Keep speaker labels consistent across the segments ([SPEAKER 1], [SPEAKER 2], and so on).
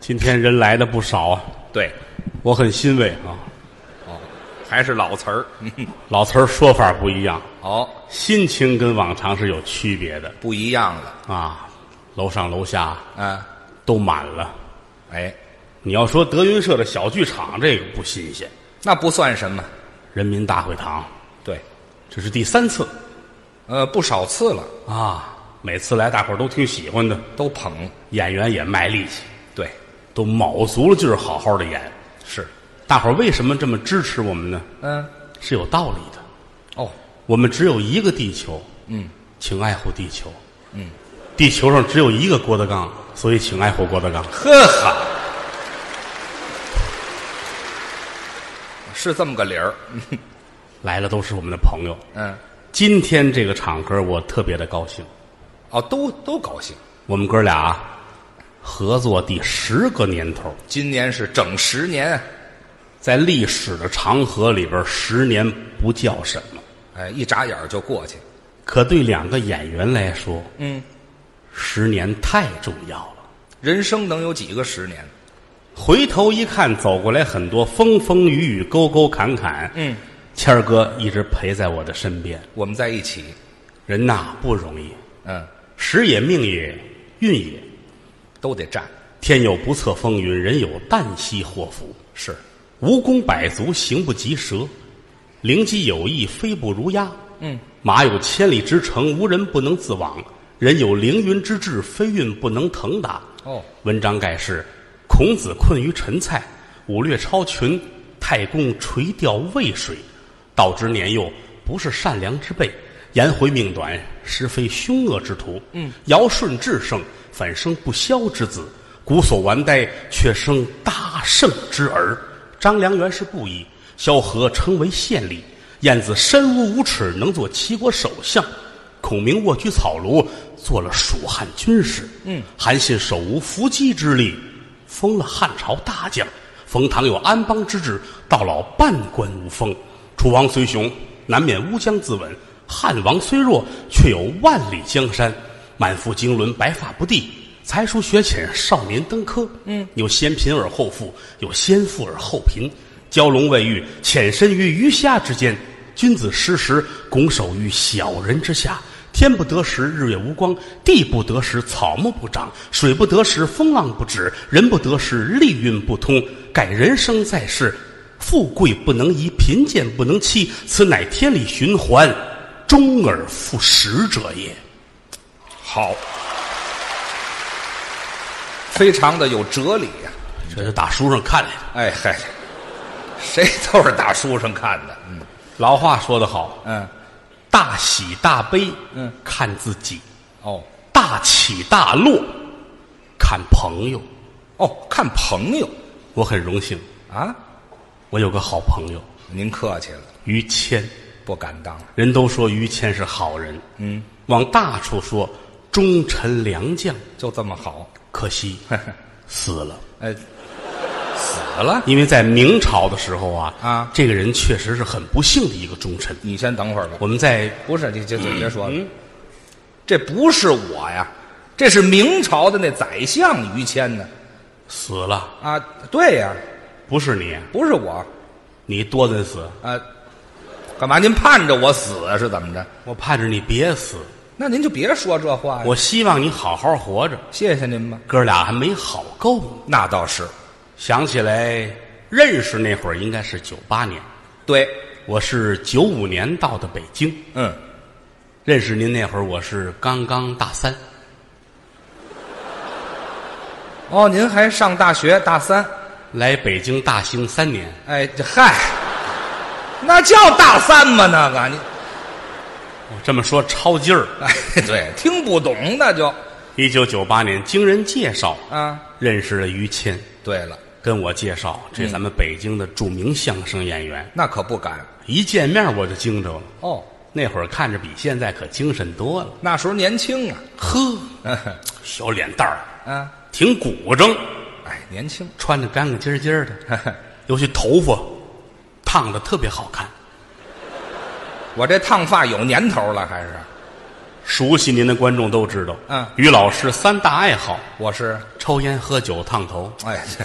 [SPEAKER 1] 今天人来的不少啊，
[SPEAKER 2] 对，
[SPEAKER 1] 我很欣慰啊。
[SPEAKER 2] 哦还是老词儿。 嗯
[SPEAKER 1] 老词儿说法不一样，
[SPEAKER 2] 哦，
[SPEAKER 1] 心情跟往常是有区别的
[SPEAKER 2] 不一样了。
[SPEAKER 1] 啊。楼上楼下
[SPEAKER 2] 嗯，
[SPEAKER 1] 都满了。
[SPEAKER 2] 哎，
[SPEAKER 1] 你要说德云社的小剧场，这个不新鲜。
[SPEAKER 2] 那不算什么。
[SPEAKER 1] 人民大会堂，
[SPEAKER 2] 对，
[SPEAKER 1] 这是第三次
[SPEAKER 2] 呃，不少次了，
[SPEAKER 1] 啊。每次来，大伙儿都挺喜欢的，
[SPEAKER 2] 都捧。
[SPEAKER 1] 演员也卖力气，
[SPEAKER 2] 对，
[SPEAKER 1] 都卯足了劲儿好好的演。
[SPEAKER 2] 是，
[SPEAKER 1] 大伙儿为什么这么支持我们呢？
[SPEAKER 2] 嗯，
[SPEAKER 1] 是有道理的。
[SPEAKER 2] 哦，
[SPEAKER 1] 我们只有一个地球，
[SPEAKER 2] 嗯，
[SPEAKER 1] 请爱护地球。嗯，地球上只有一个郭德纲，所以请爱护郭德纲。
[SPEAKER 2] 呵呵，是这么个理儿。
[SPEAKER 1] 来了都是我们的朋友。
[SPEAKER 2] 嗯，
[SPEAKER 1] 今天这个场合，我特别的高兴。
[SPEAKER 2] 哦，都都高兴。
[SPEAKER 1] 我们哥俩合作第十个年头，
[SPEAKER 2] 今年是整十年，
[SPEAKER 1] 在历史的长河里边，十年不叫什么，
[SPEAKER 2] 哎，一眨眼儿就过去。
[SPEAKER 1] 可对两个演员来说，
[SPEAKER 2] 嗯，
[SPEAKER 1] 十年太重要了。
[SPEAKER 2] 人生能有几个十年？
[SPEAKER 1] 回头一看，走过来很多风风雨雨、沟沟坎坎，
[SPEAKER 2] 嗯，
[SPEAKER 1] 谦儿哥一直陪在我的身边。
[SPEAKER 2] 我们在一起。
[SPEAKER 1] 人呐不容易，
[SPEAKER 2] 嗯，
[SPEAKER 1] 时也命也运也，
[SPEAKER 2] 都得站。
[SPEAKER 1] 天有不测风云，人有旦夕祸福。
[SPEAKER 2] 是，
[SPEAKER 1] 无功百足，行不及蛇；灵机有意，飞不如鸦。
[SPEAKER 2] 嗯，
[SPEAKER 1] 马有千里之程，无人不能自往；人有凌云之志，飞运不能腾达。
[SPEAKER 2] 哦，
[SPEAKER 1] 文章盖世，孔子困于陈蔡，武略超群，太公垂钓渭水。道之年幼，不是善良之辈；颜回命短，实非凶恶之徒。嗯，尧舜至圣，反生不肖之子；古所完呆，却生大圣之儿。张良原是布衣，萧何称为县吏，晏子身无五尺，能做齐国首相。孔明卧居草庐，做了蜀汉军师。嗯，韩信手无缚鸡之力，封了汉朝大将。冯唐有安邦之志，到老半官无封。楚王虽雄，难免乌江自刎；汉王虽弱，却有万里江山。满腹经纶，白发不第；才疏学浅，少年登科。嗯，有先贫而后富，有先富而后贫。蛟龙未遇，潜身于鱼虾之间；君子失时，拱手于小人之下。天不得时，日月无光；地不得时，草木不长；水不得时，风浪不止；人不得时，利运不通。盖人生在世，富贵不能移，贫贱不能欺，此乃天理循环，终而复始者也。
[SPEAKER 2] 好，非常的有哲理啊呀、
[SPEAKER 1] 这是大书上看来的。
[SPEAKER 2] 哎嗨，谁都是打书上看的。嗯
[SPEAKER 1] 老话说得好，
[SPEAKER 2] 嗯，
[SPEAKER 1] 大喜大悲，
[SPEAKER 2] 嗯，
[SPEAKER 1] 看自己；
[SPEAKER 2] 哦
[SPEAKER 1] 大起大落，看朋友。
[SPEAKER 2] 哦，看朋友
[SPEAKER 1] 我很荣幸，
[SPEAKER 2] 啊，
[SPEAKER 1] 我有个好朋友
[SPEAKER 2] 您客气了，
[SPEAKER 1] 于谦。
[SPEAKER 2] 不敢当。
[SPEAKER 1] 人都说于谦是好人，嗯，往大处说，忠臣良将。
[SPEAKER 2] 就这么好，
[SPEAKER 1] 可惜 死了，
[SPEAKER 2] 哎，死了。
[SPEAKER 1] 因为在明朝的时候啊，
[SPEAKER 2] 啊
[SPEAKER 1] 这个人确实是很不幸的一个忠臣。
[SPEAKER 2] 你先等会儿吧。
[SPEAKER 1] 我们在
[SPEAKER 2] 不是，你就就别说了，这不是我呀，这是明朝的那宰相于谦呢。
[SPEAKER 1] 死了，
[SPEAKER 2] 啊，对呀，
[SPEAKER 1] 不是你，
[SPEAKER 2] 不是我
[SPEAKER 1] 你多人死，
[SPEAKER 2] 啊，干嘛您盼着我死啊？是怎么着？
[SPEAKER 1] 我盼着你别死，
[SPEAKER 2] 那您就别说这话呀。
[SPEAKER 1] 我希望你好好活着。
[SPEAKER 2] 谢谢您吧。
[SPEAKER 1] 哥俩还没好够呢。
[SPEAKER 2] 那倒是，
[SPEAKER 1] 想起来认识那会儿应该是九八年，
[SPEAKER 2] 对，
[SPEAKER 1] 我是九五年到的北京。
[SPEAKER 2] 嗯，
[SPEAKER 1] 认识您那会儿，我是刚刚大三。
[SPEAKER 2] 哦，您还上大学大三？
[SPEAKER 1] 来北京大兴三年，
[SPEAKER 2] 哎，这嗨，那叫大三吗？那个你，
[SPEAKER 1] 我这么说超劲儿。
[SPEAKER 2] 哎，对，听不懂那就
[SPEAKER 1] 一九九八年，经人介绍，
[SPEAKER 2] 啊。
[SPEAKER 1] 认识了于谦，
[SPEAKER 2] 对了，
[SPEAKER 1] 跟我介绍这咱们北京的著名相声演员。
[SPEAKER 2] 那可不敢
[SPEAKER 1] 一见面我就惊着了，
[SPEAKER 2] 哦。
[SPEAKER 1] 那会儿看着比现在可精神多了。
[SPEAKER 2] 那时候年轻啊，
[SPEAKER 1] 呵，
[SPEAKER 2] 嗯
[SPEAKER 1] 小脸蛋儿
[SPEAKER 2] 啊，
[SPEAKER 1] 挺古正，
[SPEAKER 2] 哎，年轻，
[SPEAKER 1] 穿着干干净净的，尤其头发烫的特别好看，
[SPEAKER 2] 我这烫发有年头了，还是
[SPEAKER 1] 熟悉您的观众都知道，
[SPEAKER 2] 嗯
[SPEAKER 1] 于老师三大爱好：
[SPEAKER 2] 我是
[SPEAKER 1] 抽烟、喝酒、烫头。
[SPEAKER 2] 哎， 这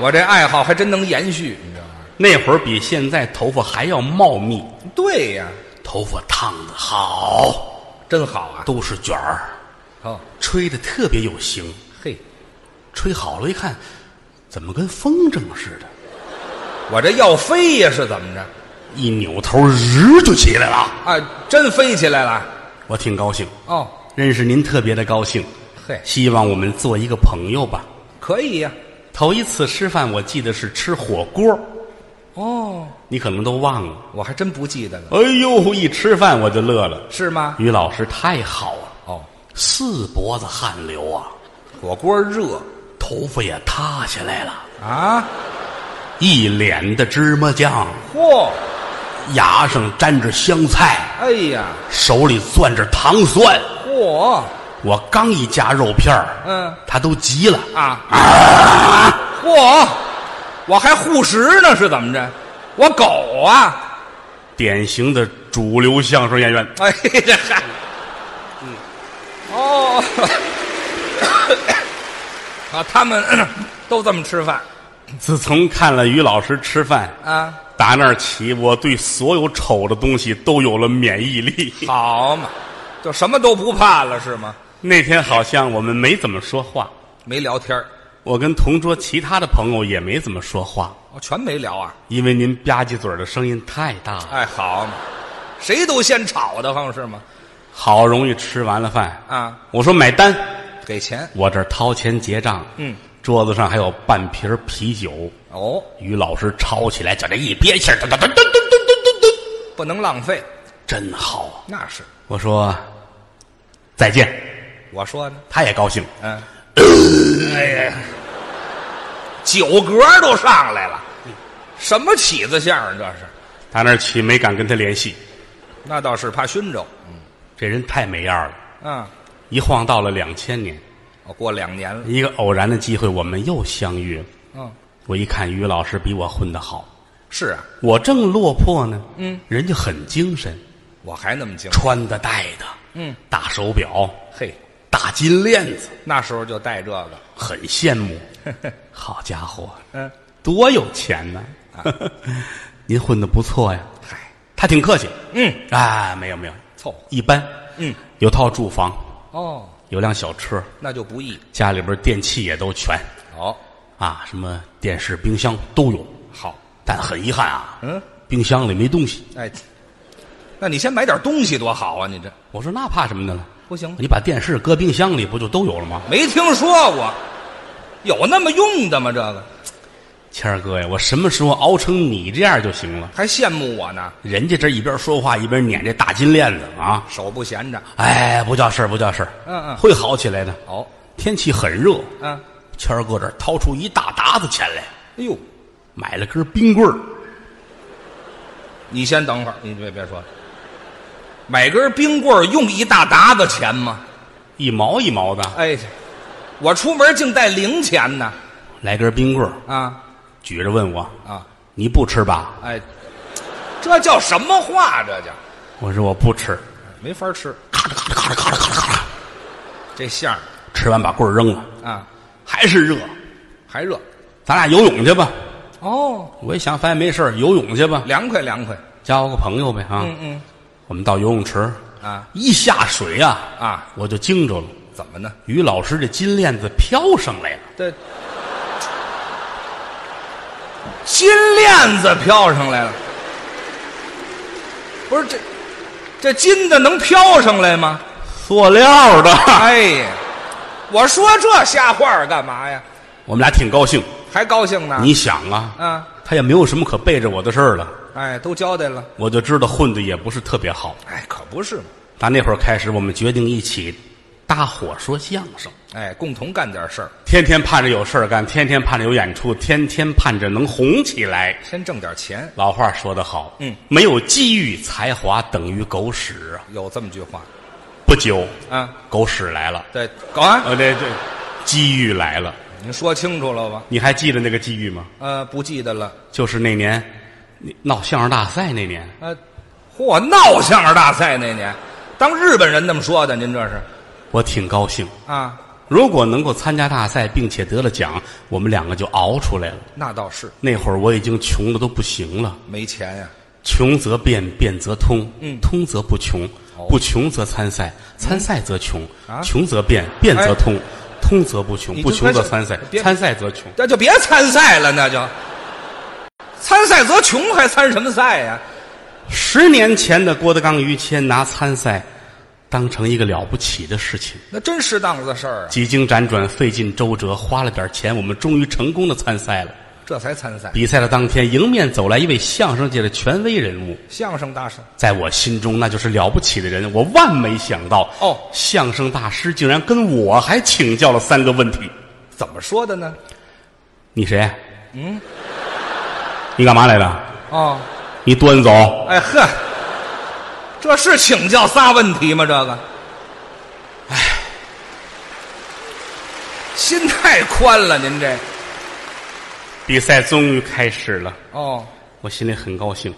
[SPEAKER 2] 我这爱好还真能延续，你知道吗？
[SPEAKER 1] 那会儿比现在头发还要茂密，
[SPEAKER 2] 对呀，
[SPEAKER 1] 头发烫的好，
[SPEAKER 2] 真好啊！
[SPEAKER 1] 都是卷儿，
[SPEAKER 2] 哦，
[SPEAKER 1] 吹的特别有型。
[SPEAKER 2] 嘿，
[SPEAKER 1] 吹好了，一看，怎么跟风筝似的？
[SPEAKER 2] 我这要飞呀，是怎么着？
[SPEAKER 1] 一扭头，日就起来了。
[SPEAKER 2] 啊，真飞起来了！
[SPEAKER 1] 我挺高兴，
[SPEAKER 2] 哦，
[SPEAKER 1] 认识您特别的高兴。
[SPEAKER 2] 嘿，
[SPEAKER 1] 希望我们做一个朋友吧。
[SPEAKER 2] 可以呀、
[SPEAKER 1] 头一次吃饭，我记得是吃火锅，
[SPEAKER 2] 哦，
[SPEAKER 1] 你可能都忘了。
[SPEAKER 2] 我还真不记得了，
[SPEAKER 1] 哎呦，一吃饭我就乐了。
[SPEAKER 2] 是吗？
[SPEAKER 1] 于老师太好了，
[SPEAKER 2] 哦，
[SPEAKER 1] 四脖子汗流啊，
[SPEAKER 2] 火锅热
[SPEAKER 1] 头发也塌下来了，
[SPEAKER 2] 啊！
[SPEAKER 1] 一脸的芝麻酱，
[SPEAKER 2] 嚯，
[SPEAKER 1] 牙上沾着香菜，
[SPEAKER 2] 哎呀，
[SPEAKER 1] 手里攥着糖蒜。
[SPEAKER 2] 嚯，
[SPEAKER 1] 我刚一夹肉片儿，
[SPEAKER 2] 嗯
[SPEAKER 1] 他都急了。
[SPEAKER 2] 啊！嚯，我还护食呢，是怎么着？我狗啊！
[SPEAKER 1] 典型的主流相声演员，
[SPEAKER 2] 哎，这嗨，嗯，哦， 啊，他们 都这么吃饭
[SPEAKER 1] 自从看了于老师吃饭，
[SPEAKER 2] 啊？
[SPEAKER 1] 打那儿起，我对所有丑的东西都有了免疫力。
[SPEAKER 2] 啊好嘛，就什么都不怕了是吗？
[SPEAKER 1] 那天好像我们没怎么说话，
[SPEAKER 2] 没聊天儿
[SPEAKER 1] 我跟同桌其他的朋友也没怎么说话，
[SPEAKER 2] 哦，全没聊啊。
[SPEAKER 1] 因为您吧唧嘴儿的声音太大了。
[SPEAKER 2] 哎，好嘛，谁都先吵的慌是吗？
[SPEAKER 1] 好容易吃完了饭，
[SPEAKER 2] 啊，
[SPEAKER 1] 我说买单，
[SPEAKER 2] 给钱
[SPEAKER 1] 我这儿掏钱结账。
[SPEAKER 2] 嗯，
[SPEAKER 1] 桌子上还有半瓶啤酒。
[SPEAKER 2] 哦，
[SPEAKER 1] 于老师抄起来，就这一憋气儿，噔噔噔噔噔噔噔噔噔，
[SPEAKER 2] 不能浪费，
[SPEAKER 1] 真好啊！
[SPEAKER 2] 那是。
[SPEAKER 1] 我说再见，
[SPEAKER 2] 我说呢，
[SPEAKER 1] 他也高兴。
[SPEAKER 2] 嗯， 哎呀，酒嗝都上来了，什么起子相啊声这是？
[SPEAKER 1] 打那儿起没敢跟他联系，
[SPEAKER 2] 那倒是怕熏着。
[SPEAKER 1] 这人太没样儿了。
[SPEAKER 2] 嗯，
[SPEAKER 1] 一晃到了两千年，
[SPEAKER 2] 我过两年了。
[SPEAKER 1] 一个偶然的机会，我们又相遇。
[SPEAKER 2] 嗯，
[SPEAKER 1] 我一看于老师比我混得好，
[SPEAKER 2] 是啊，
[SPEAKER 1] 我正落魄呢，嗯，人家很精神，
[SPEAKER 2] 我还那么精。
[SPEAKER 1] 穿的戴的，
[SPEAKER 2] 嗯，
[SPEAKER 1] 大手表，
[SPEAKER 2] 嘿，
[SPEAKER 1] 大金链子，
[SPEAKER 2] 那时候就带这个。
[SPEAKER 1] 很羡慕。好家伙，
[SPEAKER 2] 嗯，
[SPEAKER 1] 多有钱呢！ 您混的不错呀。
[SPEAKER 2] 嗨，
[SPEAKER 1] 他挺客气，
[SPEAKER 2] 嗯，
[SPEAKER 1] 啊，没有没有，
[SPEAKER 2] 凑合。
[SPEAKER 1] 一般，
[SPEAKER 2] 嗯，
[SPEAKER 1] 有套住房，
[SPEAKER 2] 哦，
[SPEAKER 1] 有辆小车，
[SPEAKER 2] 那就不易。
[SPEAKER 1] 家里边电器也都全
[SPEAKER 2] 哦，
[SPEAKER 1] 啊，什么电视、冰箱都有。
[SPEAKER 2] 好，
[SPEAKER 1] 但很遗憾啊，
[SPEAKER 2] 嗯，
[SPEAKER 1] 冰箱里没东西。
[SPEAKER 2] 哎，那你先买点东西多好啊！你这
[SPEAKER 1] 我说那怕什么的呢？
[SPEAKER 2] 不行吗？
[SPEAKER 1] 你把电视搁冰箱里，不就都有了吗？
[SPEAKER 2] 没听说过，有那么用的吗？这个
[SPEAKER 1] 谦儿哥呀，我什么时候熬成你这样就行了？
[SPEAKER 2] 还羡慕我呢，
[SPEAKER 1] 人家这一边说话一边撵这大金链子啊！
[SPEAKER 2] 手不闲着。
[SPEAKER 1] 哎，不叫事儿，不叫事儿，
[SPEAKER 2] 嗯嗯
[SPEAKER 1] 会好起来的。
[SPEAKER 2] 哦，
[SPEAKER 1] 天气很热，
[SPEAKER 2] 嗯、
[SPEAKER 1] 谦儿哥这儿掏出一大沓子钱来，
[SPEAKER 2] 哎呦，
[SPEAKER 1] 买了根冰棍儿。
[SPEAKER 2] 你先等会儿，你别别说了，买根冰棍儿用一大沓子钱吗？
[SPEAKER 1] 一毛一毛的，
[SPEAKER 2] 哎，我出门净带零钱呢。
[SPEAKER 1] 来根冰棍儿，
[SPEAKER 2] 啊
[SPEAKER 1] 举着问我
[SPEAKER 2] 啊，：“
[SPEAKER 1] 你不吃吧
[SPEAKER 2] 哎，这叫什么话？啊这叫？”
[SPEAKER 1] 我说：“我不吃。
[SPEAKER 2] 没法吃，”
[SPEAKER 1] 咔嚓咔嚓咔嚓咔嚓咔嚓咔
[SPEAKER 2] 这馅儿
[SPEAKER 1] 嚓，吃完把棍儿扔了，
[SPEAKER 2] 啊
[SPEAKER 1] 还是热。
[SPEAKER 2] 还热。
[SPEAKER 1] 咱俩游泳去吧。
[SPEAKER 2] 哦，
[SPEAKER 1] 我一想，反正没事儿游泳去吧，
[SPEAKER 2] 凉快凉快。
[SPEAKER 1] 交个朋友呗啊。
[SPEAKER 2] 嗯嗯
[SPEAKER 1] 我们到游泳池，
[SPEAKER 2] 啊
[SPEAKER 1] 一下水啊，
[SPEAKER 2] 啊，
[SPEAKER 1] 我就惊着了。
[SPEAKER 2] 怎么呢？
[SPEAKER 1] 于老师这金链子飘上来了，
[SPEAKER 2] 这金链子飘上来了，不是这这金的能飘上来吗？
[SPEAKER 1] 塑料的。
[SPEAKER 2] 哎呀，我说这瞎话儿干嘛呀？
[SPEAKER 1] 我们俩挺高兴。
[SPEAKER 2] 还高兴呢？
[SPEAKER 1] 你想啊，
[SPEAKER 2] 啊，
[SPEAKER 1] 他也没有什么可背着我的事儿了，
[SPEAKER 2] 哎，都交代了，
[SPEAKER 1] 我就知道混的也不是特别好。
[SPEAKER 2] 哎，可不是嘛，
[SPEAKER 1] 打那会儿开始，我们决定一起搭伙说相声，
[SPEAKER 2] 哎，共同干点事儿，
[SPEAKER 1] 天天盼着有事儿干，天天盼着有演出，天天盼着能红起来。
[SPEAKER 2] 先挣点钱，
[SPEAKER 1] 老话说得好，
[SPEAKER 2] 嗯，
[SPEAKER 1] 没有机遇，才华等于狗屎啊！
[SPEAKER 2] 有这么句话
[SPEAKER 1] 不久，
[SPEAKER 2] 啊。
[SPEAKER 1] 狗屎来了，
[SPEAKER 2] 对，搞完、
[SPEAKER 1] 呃，这这，机遇来了。
[SPEAKER 2] 您说清楚了吧？
[SPEAKER 1] 你还记得那个机遇吗？
[SPEAKER 2] 呃，不记得了。
[SPEAKER 1] 就是那年，你闹相声大赛那年，
[SPEAKER 2] 呃，嚯，闹相声大赛那年，当日本人那么说的，您这是
[SPEAKER 1] 我挺高兴。
[SPEAKER 2] 啊？
[SPEAKER 1] 如果能够参加大赛，并且得了奖，我们两个就熬出来了。
[SPEAKER 2] 那倒是
[SPEAKER 1] 那会儿我已经穷的都不行了，
[SPEAKER 2] 没钱呀、
[SPEAKER 1] 穷则变，变则通，
[SPEAKER 2] 嗯
[SPEAKER 1] 通则不穷，
[SPEAKER 2] 哦
[SPEAKER 1] 不穷则参赛，参赛则穷，穷则变，变则通，通则不穷，
[SPEAKER 2] 啊哎你
[SPEAKER 1] 不
[SPEAKER 2] 就
[SPEAKER 1] 穷则
[SPEAKER 2] 开始
[SPEAKER 1] 参赛，
[SPEAKER 2] 别
[SPEAKER 1] 参赛则穷。
[SPEAKER 2] 那就别参赛了，那就参赛则穷，还参什么赛呀、
[SPEAKER 1] 十年前的郭德纲、于谦拿参赛当成一个了不起的事情，
[SPEAKER 2] 那真是档子事儿啊，
[SPEAKER 1] 几经辗转，费尽周折，花了点钱，我们终于成功的参赛了。
[SPEAKER 2] 这才参赛。
[SPEAKER 1] 比赛的当天，迎面走来一位相声界的权威人物，
[SPEAKER 2] 相声大师
[SPEAKER 1] 在我心中那就是了不起的人，我万没想到
[SPEAKER 2] 哦
[SPEAKER 1] 相声大师竟然跟我还请教了三个问题。
[SPEAKER 2] 怎么说的呢？
[SPEAKER 1] 你谁？嗯，你干嘛来的？
[SPEAKER 2] 哦，
[SPEAKER 1] 你端走！
[SPEAKER 2] 哎呵，这是请教仨问题吗？这个，哎，心太宽了，您这
[SPEAKER 1] 比赛终于开始了，
[SPEAKER 2] 哦，
[SPEAKER 1] 我心里很高兴，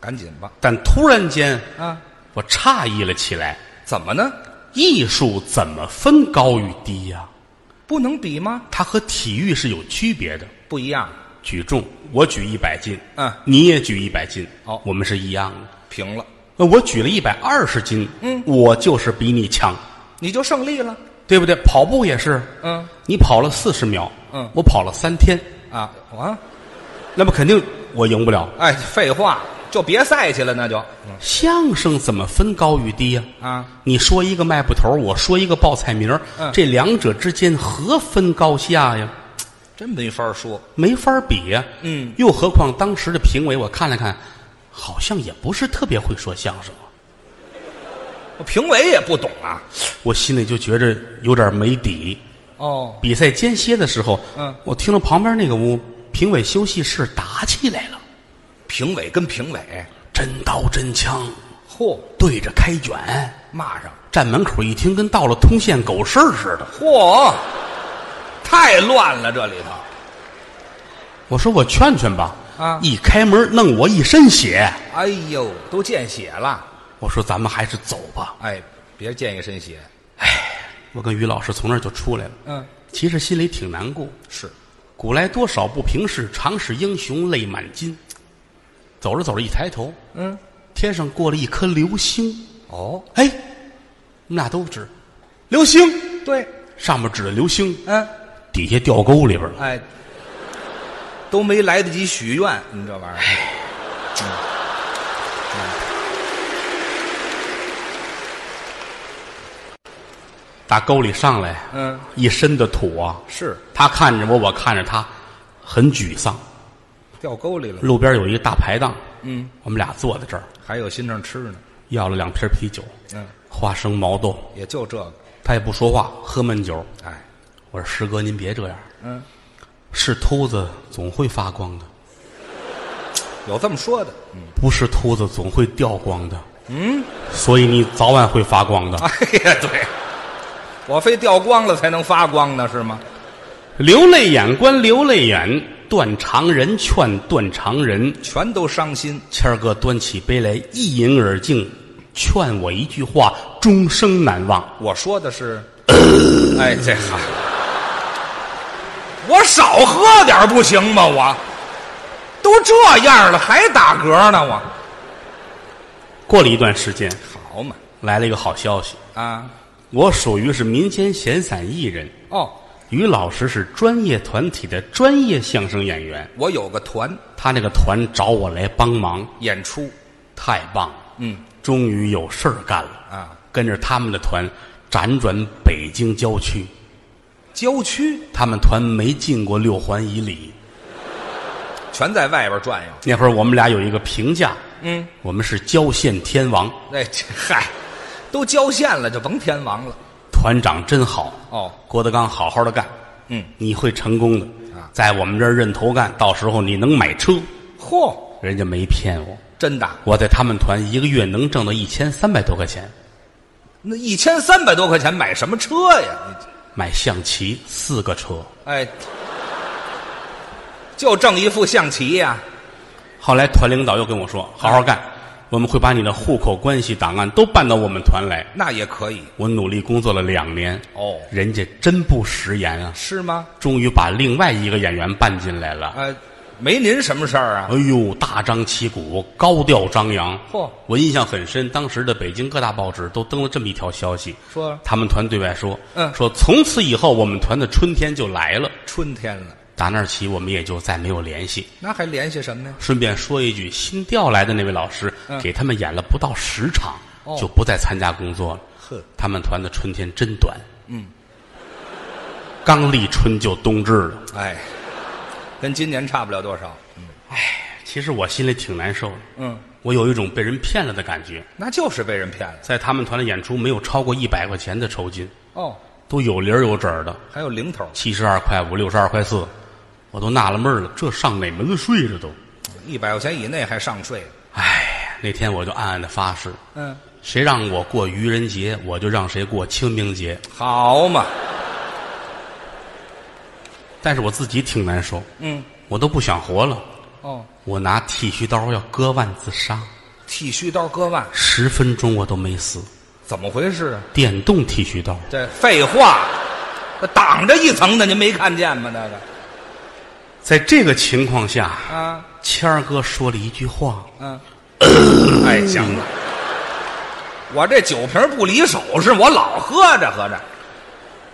[SPEAKER 2] 赶紧吧
[SPEAKER 1] 但突然间
[SPEAKER 2] 啊！
[SPEAKER 1] 我诧异了起来：
[SPEAKER 2] 怎么呢？
[SPEAKER 1] 艺术怎么分高与低呀、
[SPEAKER 2] 不能比吗？
[SPEAKER 1] 它和体育是有区别的。
[SPEAKER 2] 不一样，
[SPEAKER 1] 举重，我举一百斤，
[SPEAKER 2] 嗯
[SPEAKER 1] 你也举一百斤，
[SPEAKER 2] 哦
[SPEAKER 1] 我们是一样的。
[SPEAKER 2] 平了，
[SPEAKER 1] 那我举了一百二十斤，嗯，我就是比你强，
[SPEAKER 2] 你就胜利了。
[SPEAKER 1] 对不对？跑步也是，
[SPEAKER 2] 嗯
[SPEAKER 1] 你跑了四十秒，
[SPEAKER 2] 嗯
[SPEAKER 1] 我跑了三天，
[SPEAKER 2] 啊啊！
[SPEAKER 1] 那么肯定我赢不了。
[SPEAKER 2] 哎，废话，就别赛去了，那就
[SPEAKER 1] 相声怎么分高与低呀、
[SPEAKER 2] 啊，
[SPEAKER 1] 你说一个卖布头，我说一个报菜名儿，
[SPEAKER 2] 嗯
[SPEAKER 1] 这两者之间何分高下呀？
[SPEAKER 2] 真没法说。
[SPEAKER 1] 没法比呀、
[SPEAKER 2] 嗯，
[SPEAKER 1] 又何况当时的评委，我看了看，好像也不是特别会说相声啊。
[SPEAKER 2] 评委也不懂啊。
[SPEAKER 1] 我心里就觉着有点没底。
[SPEAKER 2] 哦，
[SPEAKER 1] 比赛间歇的时候，
[SPEAKER 2] 嗯
[SPEAKER 1] 我听到旁边那个屋评委休息室打起来了，
[SPEAKER 2] 评委跟评委，
[SPEAKER 1] 真刀真枪
[SPEAKER 2] 嚯，
[SPEAKER 1] 对着开卷，
[SPEAKER 2] 骂上，
[SPEAKER 1] 站门口一听跟到了通县狗市似的。
[SPEAKER 2] 嚯，太乱了这里头。
[SPEAKER 1] 我说我劝劝吧，
[SPEAKER 2] 啊
[SPEAKER 1] 一开门弄我一身血。
[SPEAKER 2] 哎呦，都见血了。
[SPEAKER 1] 我说咱们还是走吧。
[SPEAKER 2] 哎，别见一身血。
[SPEAKER 1] 我跟于老师从那儿就出来了，
[SPEAKER 2] 嗯，
[SPEAKER 1] 其实心里挺难过。
[SPEAKER 2] 是，
[SPEAKER 1] 古来多少不平事，常使英雄泪满襟。走着走着，一抬头，
[SPEAKER 2] 嗯，
[SPEAKER 1] 天上过了一颗流星。
[SPEAKER 2] 哦，
[SPEAKER 1] 哎，我们俩都指流星，
[SPEAKER 2] 对，
[SPEAKER 1] 上面指着流星，
[SPEAKER 2] 嗯，
[SPEAKER 1] 底下掉沟里边了。
[SPEAKER 2] 哎，都没来得及许愿，你这玩意儿。
[SPEAKER 1] 打沟里上来，
[SPEAKER 2] 嗯，
[SPEAKER 1] 一身的土啊。
[SPEAKER 2] 是
[SPEAKER 1] 他看着我，我看着他，很沮丧。
[SPEAKER 2] 掉沟里了。
[SPEAKER 1] 路边有一个大排档，
[SPEAKER 2] 嗯，
[SPEAKER 1] 我们俩坐在这儿，
[SPEAKER 2] 还有心肠吃呢。
[SPEAKER 1] 要了两瓶啤酒，
[SPEAKER 2] 嗯，
[SPEAKER 1] 花生毛豆。
[SPEAKER 2] 也就这个。
[SPEAKER 1] 他也不说话，喝闷酒。
[SPEAKER 2] 哎，
[SPEAKER 1] 我说师哥，您别这样，
[SPEAKER 2] 嗯，
[SPEAKER 1] 是秃子总会发光的，
[SPEAKER 2] 有这么说的。
[SPEAKER 1] 不是秃子总会掉光的。嗯，所以你早晚会发光的。
[SPEAKER 2] 哎呀，对，我非掉光了才能发光呢，是吗？
[SPEAKER 1] 流泪眼观流泪眼，断肠人劝断肠人。
[SPEAKER 2] 全都伤心。
[SPEAKER 1] 谦儿哥端起杯来，一饮而尽，劝我一句话，终生难忘。
[SPEAKER 2] 我说的是，哎，这哈，我少喝点儿不行吗？我都这样了还打嗝呢，我
[SPEAKER 1] 过了一段时间，
[SPEAKER 2] 好嘛
[SPEAKER 1] 来了一个好消息，
[SPEAKER 2] 啊
[SPEAKER 1] 我属于是民间闲散艺人，
[SPEAKER 2] 哦，
[SPEAKER 1] 于老师是专业团体的专业相声演员，
[SPEAKER 2] 我有个团
[SPEAKER 1] 他那个团找我来帮忙，
[SPEAKER 2] 演出，
[SPEAKER 1] 太棒了，
[SPEAKER 2] 嗯
[SPEAKER 1] 终于有事儿干了
[SPEAKER 2] 啊！
[SPEAKER 1] 跟着他们的团辗转北京郊区，
[SPEAKER 2] 郊区
[SPEAKER 1] 他们团没进过六环以里。
[SPEAKER 2] 全在外边转悠。
[SPEAKER 1] 那会儿我们俩有一个评价，
[SPEAKER 2] 嗯，
[SPEAKER 1] 我们是郊县天王，
[SPEAKER 2] 哎，这嗨，都郊县了就甭天王了。
[SPEAKER 1] 团长真好。
[SPEAKER 2] 哦，
[SPEAKER 1] 郭德纲好好的干，
[SPEAKER 2] 嗯，
[SPEAKER 1] 你会成功的
[SPEAKER 2] 啊。
[SPEAKER 1] 在我们这儿认头干，到时候你能买车。
[SPEAKER 2] 嚯，
[SPEAKER 1] 人家没骗我，
[SPEAKER 2] 真的，
[SPEAKER 1] 我在他们团一个月能挣到一千三百多块钱，
[SPEAKER 2] 那一千三百多块钱买什么车呀？你这
[SPEAKER 1] 买象棋四个车。
[SPEAKER 2] 哎，就挣一副象棋呀、
[SPEAKER 1] 后来团领导又跟我说：“好好干，我们会把你的户口关系档案都办到我们团来。
[SPEAKER 2] 那也可以
[SPEAKER 1] 我努力工作了两年，
[SPEAKER 2] 哦，
[SPEAKER 1] 人家真不食言啊，
[SPEAKER 2] 是吗？
[SPEAKER 1] 终于把另外一个演员办进来了。
[SPEAKER 2] 呃，没您什么事儿啊？
[SPEAKER 1] 哎呦，大张旗鼓，高调张扬。
[SPEAKER 2] 嚯
[SPEAKER 1] 我印象很深，当时的北京各大报纸都登了这么一条消息，
[SPEAKER 2] 说
[SPEAKER 1] 他们团对外说，
[SPEAKER 2] 嗯
[SPEAKER 1] 说从此以后我们团的春天就来了。
[SPEAKER 2] 春天了，
[SPEAKER 1] 打那儿起，我们也就再没有联系。
[SPEAKER 2] 那还联系什么呀？
[SPEAKER 1] 顺便说一句，新调来的那位老师、
[SPEAKER 2] 嗯
[SPEAKER 1] 给他们演了不到十场，
[SPEAKER 2] 哦
[SPEAKER 1] 就不再参加工作了。
[SPEAKER 2] 呵，
[SPEAKER 1] 他们团的春天真短，嗯，刚立春就冬至了。
[SPEAKER 2] 哎，跟今年差不了多少。
[SPEAKER 1] 其实我心里挺难受的，
[SPEAKER 2] 嗯，
[SPEAKER 1] 我有一种被人骗了的感觉。
[SPEAKER 2] 那就是被人骗了。
[SPEAKER 1] 在他们团的演出没有超过一百块钱的酬金，
[SPEAKER 2] 哦，
[SPEAKER 1] 都有零儿有整儿的，
[SPEAKER 2] 还有零头，
[SPEAKER 1] 七十二块五、六十二块四，我都纳了闷儿了，这上哪门子税这都？
[SPEAKER 2] 一百块钱以内还上税。
[SPEAKER 1] 哎，那天我就暗暗的发誓，
[SPEAKER 2] 嗯，
[SPEAKER 1] 谁让我过愚人节，我就让谁过清明节。
[SPEAKER 2] 好嘛，
[SPEAKER 1] 但是我自己挺难受，
[SPEAKER 2] 嗯，
[SPEAKER 1] 我都不想活了。
[SPEAKER 2] 哦，
[SPEAKER 1] 我拿剃须刀要割腕自杀，
[SPEAKER 2] 剃须刀割腕，
[SPEAKER 1] 十分钟我都没死。
[SPEAKER 2] 怎么回事啊？
[SPEAKER 1] 电动剃须刀，
[SPEAKER 2] 这废话，那挡着一层的，您没看见吗？那个
[SPEAKER 1] 在这个情况下，
[SPEAKER 2] 啊，
[SPEAKER 1] 谦儿哥说了一句话，
[SPEAKER 2] 嗯，哎，行了，我这酒瓶不离手，是我老喝着喝着。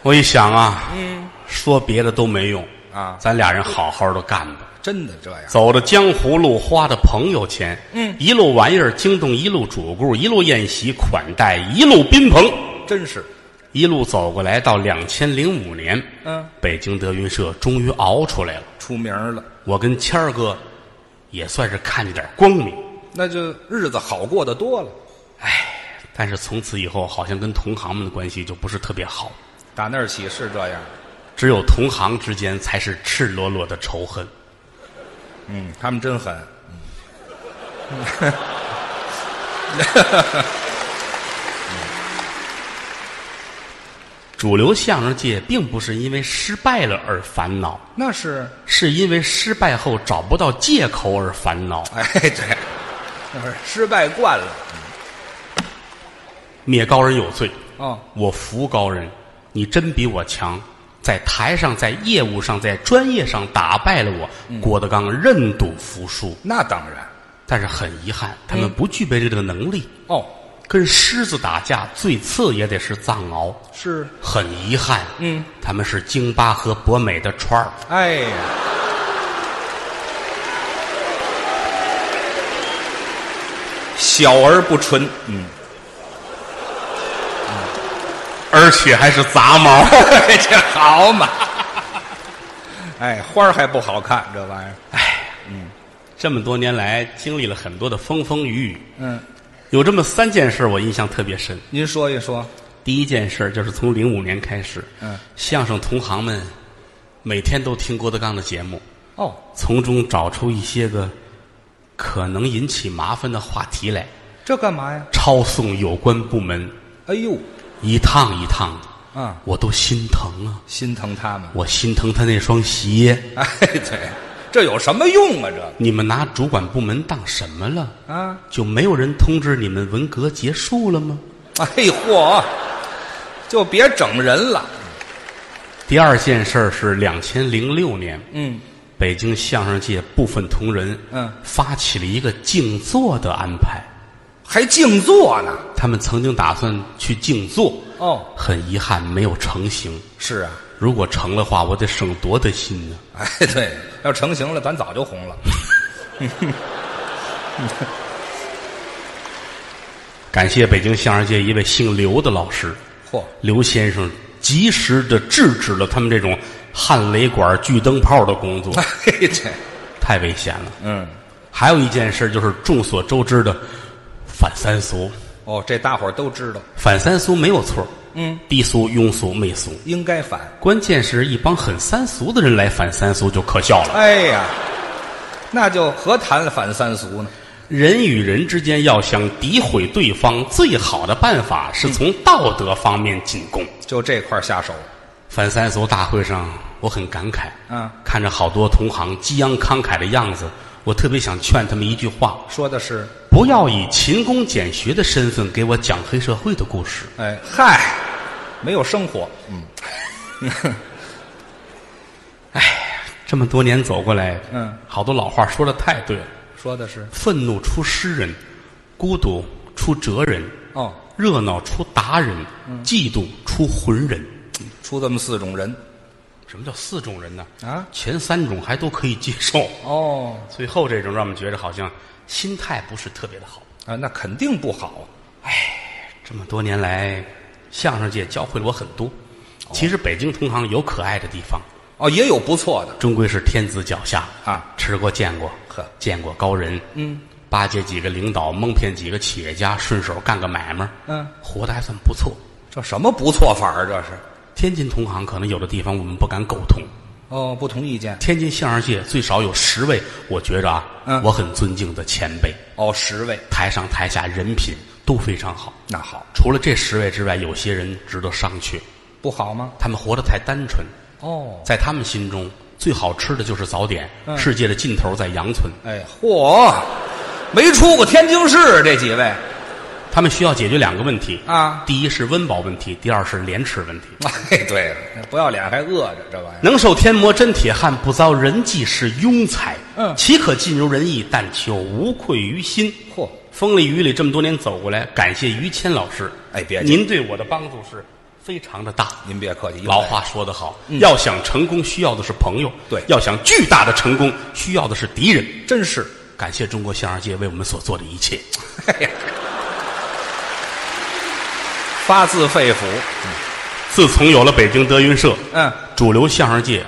[SPEAKER 1] 我一想啊，
[SPEAKER 2] 嗯，
[SPEAKER 1] 说别的都没用
[SPEAKER 2] 啊
[SPEAKER 1] 咱俩人好好的干吧。
[SPEAKER 2] 真的这样。
[SPEAKER 1] 走着江湖路，花着朋友钱，
[SPEAKER 2] 嗯
[SPEAKER 1] 一路玩意儿惊动一路主顾，一路宴席款待，一路宾朋，
[SPEAKER 2] 真是，
[SPEAKER 1] 一路走过来到两千零五年，
[SPEAKER 2] 嗯，
[SPEAKER 1] 北京德云社终于熬出来了。
[SPEAKER 2] 出名了，
[SPEAKER 1] 我跟谦儿哥也算是看见点光明，
[SPEAKER 2] 那就日子好过得多了。
[SPEAKER 1] 但是从此以后，好像跟同行们的关系就不是特别好，
[SPEAKER 2] 打那儿起是这样，
[SPEAKER 1] 只有同行之间才是赤裸裸的仇恨。
[SPEAKER 2] 嗯，他们真狠。嗯
[SPEAKER 1] 主流相声界并不是因为失败了而烦恼，
[SPEAKER 2] 那是，
[SPEAKER 1] 是因为失败后找不到借口而烦恼。
[SPEAKER 2] 哎，对，那是失败惯了。
[SPEAKER 1] 灭高人有罪，
[SPEAKER 2] 哦，
[SPEAKER 1] 我服高人，你真比我强。在台上，在业务上，在专业上打败了我，郭德纲认赌服输。
[SPEAKER 2] 那当然。
[SPEAKER 1] 但是很遗憾，他们不具备这个能力。
[SPEAKER 2] 哦，
[SPEAKER 1] 跟狮子打架，最次也得是藏獒。
[SPEAKER 2] 是，
[SPEAKER 1] 很遗憾，
[SPEAKER 2] 嗯，
[SPEAKER 1] 他们是京巴和博美的川儿。
[SPEAKER 2] 哎呀，小而不纯，嗯，
[SPEAKER 1] 嗯而且还是杂 毛。
[SPEAKER 2] 这好嘛。哎，花儿还不好看，这玩意儿。
[SPEAKER 1] 这么多年来，经历了很多的风风雨雨，
[SPEAKER 2] 嗯，
[SPEAKER 1] 有这么三件事我印象特别深。
[SPEAKER 2] 您说一说。
[SPEAKER 1] 第一件事就是从零五年开始，
[SPEAKER 2] 嗯，
[SPEAKER 1] 相声同行们每天都听郭德纲的节目，
[SPEAKER 2] 哦，
[SPEAKER 1] 从中找出一些个可能引起麻烦的话题来，
[SPEAKER 2] 这干嘛呀？
[SPEAKER 1] 抄送有关部门，
[SPEAKER 2] 哎呦，
[SPEAKER 1] 一趟一趟的，
[SPEAKER 2] 啊，
[SPEAKER 1] 我都心疼啊！
[SPEAKER 2] 心疼他们。
[SPEAKER 1] 我心疼他那双鞋。
[SPEAKER 2] 哎，对，这有什么用啊？这
[SPEAKER 1] 你们拿主管部门当什么了？
[SPEAKER 2] 个啊，
[SPEAKER 1] 就没有人通知你们文革结束了吗？
[SPEAKER 2] 哎嚯，就别整人了。
[SPEAKER 1] 第二件事儿是两千零六年，
[SPEAKER 2] 嗯，
[SPEAKER 1] 北京相声界部分同仁，
[SPEAKER 2] 嗯
[SPEAKER 1] 发起了一个静坐的安排。
[SPEAKER 2] 还静坐呢。
[SPEAKER 1] 他们曾经打算去静坐，
[SPEAKER 2] 哦，
[SPEAKER 1] 很遗憾没有成行。
[SPEAKER 2] 是啊。
[SPEAKER 1] 如果成的话，我得省多大心呢？
[SPEAKER 2] 哎，对，要成型了，咱早就红了。
[SPEAKER 1] 感谢北京相声界一位姓刘的老师，
[SPEAKER 2] 嚯，
[SPEAKER 1] 刘先生及时的制止了他们这种焊雷管、聚灯泡的工作，
[SPEAKER 2] 哎，这，
[SPEAKER 1] 太危险了。
[SPEAKER 2] 嗯，
[SPEAKER 1] 还有一件事就是众所周知的反三俗，
[SPEAKER 2] 哦，这大伙儿都知道，
[SPEAKER 1] 反三俗没有错，嗯，低俗、庸俗、媚俗，
[SPEAKER 2] 应该反。
[SPEAKER 1] 关键是一帮很三俗的人来反三俗就可笑了。
[SPEAKER 2] 哎呀，那就何谈反三俗呢？
[SPEAKER 1] 人与人之间要想诋毁对方，最好的办法是从道德方面进攻。
[SPEAKER 2] 就这块儿下手。
[SPEAKER 1] 反三俗大会上，我很感慨，
[SPEAKER 2] 嗯，
[SPEAKER 1] 看着好多同行激昂慷慨的样子，我特别想劝他们一句话：
[SPEAKER 2] 说的是，
[SPEAKER 1] 不要以勤工俭学的身份给我讲黑社会的故事。
[SPEAKER 2] 哎，嗨，没有生活，
[SPEAKER 1] 这么多年走过来，
[SPEAKER 2] 嗯，
[SPEAKER 1] 好多老话说的太对了：
[SPEAKER 2] 说的是，
[SPEAKER 1] 愤怒出诗人，孤独出哲人，
[SPEAKER 2] 哦，
[SPEAKER 1] 热闹出达人，
[SPEAKER 2] 嗯
[SPEAKER 1] 嫉妒出浑人。
[SPEAKER 2] 出这么四种人
[SPEAKER 1] 什么叫四种人呢？
[SPEAKER 2] 啊，
[SPEAKER 1] 前三种还都可以接受，
[SPEAKER 2] 哦，
[SPEAKER 1] 最后这种让我们觉得好像心态不是特别的好。
[SPEAKER 2] 啊，那肯定不好，
[SPEAKER 1] 这么多年来，相声界教会了我很多。其实北京同行有可爱的地方，
[SPEAKER 2] 哦，也有不错的，
[SPEAKER 1] 终归是天子脚下
[SPEAKER 2] 啊，
[SPEAKER 1] 吃过见过，
[SPEAKER 2] 呵
[SPEAKER 1] 见过高人，嗯，巴结几个领导，蒙骗几个企业家，顺手干个买卖，
[SPEAKER 2] 嗯，
[SPEAKER 1] 活得还算不错。
[SPEAKER 2] 这什么不错法儿？这是，
[SPEAKER 1] 天津同行可能有的地方我们不敢苟同，
[SPEAKER 2] 哦，不同意见，
[SPEAKER 1] 天津相声界最少有十位，我觉着啊，
[SPEAKER 2] 嗯
[SPEAKER 1] 我很尊敬的前辈，
[SPEAKER 2] 哦，十位，
[SPEAKER 1] 台上台下人品都非常好。
[SPEAKER 2] 那好，
[SPEAKER 1] 除了这十位之外，有些人值得商榷，
[SPEAKER 2] 不好吗？
[SPEAKER 1] 他们活得太单纯，
[SPEAKER 2] 哦，
[SPEAKER 1] 在他们心中最好吃的就是早点。
[SPEAKER 2] 嗯
[SPEAKER 1] 世界的尽头在羊村，
[SPEAKER 2] 哎，嚯，没出过天津市这几位
[SPEAKER 1] 他们需要解决两个问题
[SPEAKER 2] 啊
[SPEAKER 1] 第一是温饱问题，第二是廉耻问题。
[SPEAKER 2] 哎，对了，不要脸还饿着这玩意儿。
[SPEAKER 1] 能受天磨真铁汉，不遭人际是庸才。
[SPEAKER 2] 嗯
[SPEAKER 1] 岂可尽如人意，但求无愧于心。
[SPEAKER 2] 嚯，
[SPEAKER 1] 风里雨里这么多年走过来，感谢于谦老师。
[SPEAKER 2] 哎别介
[SPEAKER 1] 您对我的帮助是非常的大。
[SPEAKER 2] 您别客气，
[SPEAKER 1] 老话说得好，要想成功需要的是朋友，
[SPEAKER 2] 对
[SPEAKER 1] 要想巨大的成功需要的是敌人。
[SPEAKER 2] 真是，
[SPEAKER 1] 感谢中国相声界为我们所做的一切。
[SPEAKER 2] 哎呀，发自肺腑，
[SPEAKER 1] 自从有了北京德云社，
[SPEAKER 2] 嗯，
[SPEAKER 1] 主流相声界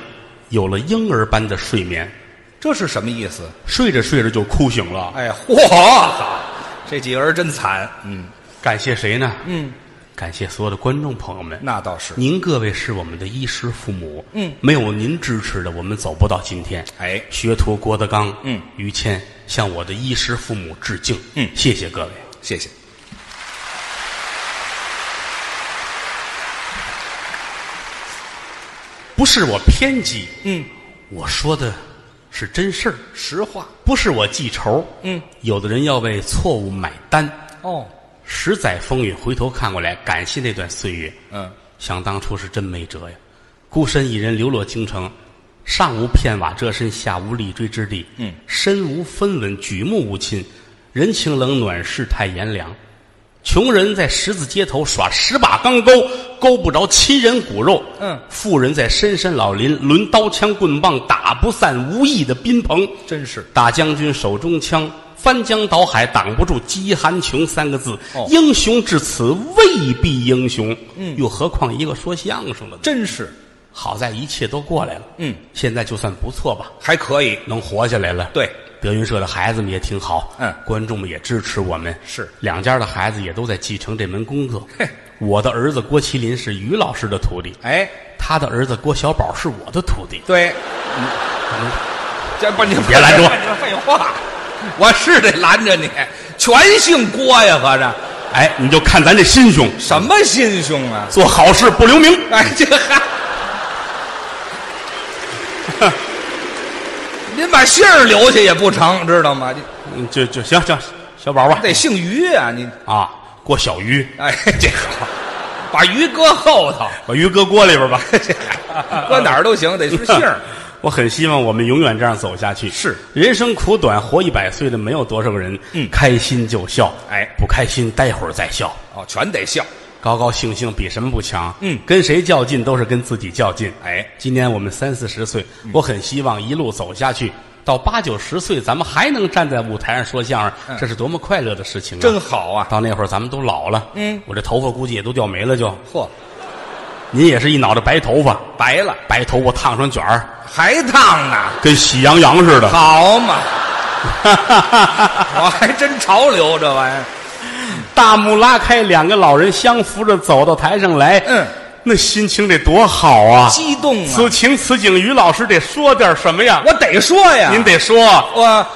[SPEAKER 1] 有了婴儿般的睡眠，
[SPEAKER 2] 这是什么意思？
[SPEAKER 1] 睡着睡着就哭醒了。
[SPEAKER 2] 哎，嚯， 这几个人真惨，嗯
[SPEAKER 1] 感谢谁呢？
[SPEAKER 2] 嗯，
[SPEAKER 1] 感谢所有的观众朋友们。
[SPEAKER 2] 那倒是，
[SPEAKER 1] 您各位是我们的衣食父母，
[SPEAKER 2] 嗯，
[SPEAKER 1] 没有您支持的，我们走不到今天。
[SPEAKER 2] 哎，
[SPEAKER 1] 学徒郭德纲，
[SPEAKER 2] 嗯，
[SPEAKER 1] 于谦向我的衣食父母致敬，
[SPEAKER 2] 嗯
[SPEAKER 1] 谢谢各位。
[SPEAKER 2] 谢谢。
[SPEAKER 1] 不是我偏激，
[SPEAKER 2] 嗯，
[SPEAKER 1] 我说的是真事儿，
[SPEAKER 2] 实话，
[SPEAKER 1] 不是我记仇。
[SPEAKER 2] 嗯，
[SPEAKER 1] 有的人要为错误买单，
[SPEAKER 2] 哦，
[SPEAKER 1] 十载风雨回头看过来，感谢那段岁月。
[SPEAKER 2] 嗯，
[SPEAKER 1] 想当初是真没辙呀，孤身一人流落京城，上无片瓦遮身，下无立锥之地，
[SPEAKER 2] 嗯，
[SPEAKER 1] 身无分文，举目无亲，人情冷暖，世态炎凉。穷人在十字街头耍十把钢钩，勾不着亲人骨肉。
[SPEAKER 2] 嗯
[SPEAKER 1] 富人在深山老林抡刀枪棍棒，打不散无义的宾朋。
[SPEAKER 2] 真是，
[SPEAKER 1] 大将军手中枪，翻江倒海挡不住“饥寒穷”三个字。
[SPEAKER 2] 哦
[SPEAKER 1] 英雄至此未必英雄，嗯，又何况一个说相声的呢？
[SPEAKER 2] 真是，
[SPEAKER 1] 好在一切都过来了，
[SPEAKER 2] 嗯，
[SPEAKER 1] 现在就算不错吧，
[SPEAKER 2] 还可以，
[SPEAKER 1] 能活下来了。
[SPEAKER 2] 对，
[SPEAKER 1] 德云社的孩子们也挺好，
[SPEAKER 2] 嗯
[SPEAKER 1] 观众们也支持我们，
[SPEAKER 2] 是
[SPEAKER 1] 两家的孩子也都在继承这门工作。
[SPEAKER 2] 嘿
[SPEAKER 1] 我的儿子郭麒麟是于老师的徒弟，
[SPEAKER 2] 哎，
[SPEAKER 1] 他的儿子郭小宝是我的徒弟。
[SPEAKER 2] 对，嗯这不你
[SPEAKER 1] 别拦着我
[SPEAKER 2] 你废话，我是得拦着你，全姓郭呀，合着
[SPEAKER 1] 哎，你就看咱这心胸，
[SPEAKER 2] 什么心胸啊？
[SPEAKER 1] 做好事不留名。
[SPEAKER 2] 哎，这还，您把姓儿留下也不成，知道吗？你
[SPEAKER 1] 嗯，就就行行，小宝吧
[SPEAKER 2] 得姓于啊，你
[SPEAKER 1] 啊，郭小鱼，
[SPEAKER 2] 哎， 这好，把鱼搁后头，
[SPEAKER 1] 把鱼搁锅里 边吧。
[SPEAKER 2] 搁哪儿都行，得是姓儿。
[SPEAKER 1] 我很希望我们永远这样走下去。
[SPEAKER 2] 是
[SPEAKER 1] 人生苦短，活一百岁的没有多少个人。
[SPEAKER 2] 嗯
[SPEAKER 1] 开心就笑，
[SPEAKER 2] 哎
[SPEAKER 1] 不开心待会儿再笑。
[SPEAKER 2] 哦，全得笑。
[SPEAKER 1] 高高兴兴比什么不强？
[SPEAKER 2] 嗯
[SPEAKER 1] 跟谁较劲都是跟自己较劲。
[SPEAKER 2] 哎，嗯
[SPEAKER 1] 今年我们三四十岁，我很希望一路走下去，到八九十岁，咱们还能站在舞台上说相声，
[SPEAKER 2] 嗯
[SPEAKER 1] 这是多么快乐的事情啊！
[SPEAKER 2] 真好啊！
[SPEAKER 1] 到那会儿咱们都老了，
[SPEAKER 2] 嗯
[SPEAKER 1] 我这头发估计也都掉没了就。
[SPEAKER 2] 嚯，
[SPEAKER 1] 您也是一脑袋白头发，
[SPEAKER 2] 白了
[SPEAKER 1] 白头发烫成卷儿，
[SPEAKER 2] 还烫呢，
[SPEAKER 1] 跟喜羊羊似的。
[SPEAKER 2] 好嘛！我还真潮流这玩意儿，
[SPEAKER 1] 大幕拉开，两个老人相扶着走到台上来，
[SPEAKER 2] 嗯，
[SPEAKER 1] 那心情得多好啊！
[SPEAKER 2] 激动
[SPEAKER 1] 此
[SPEAKER 2] 啊！
[SPEAKER 1] 情此景，
[SPEAKER 2] 啊
[SPEAKER 1] 于老师得说点什么呀？
[SPEAKER 2] 我得说呀，
[SPEAKER 1] 您得说，
[SPEAKER 2] 我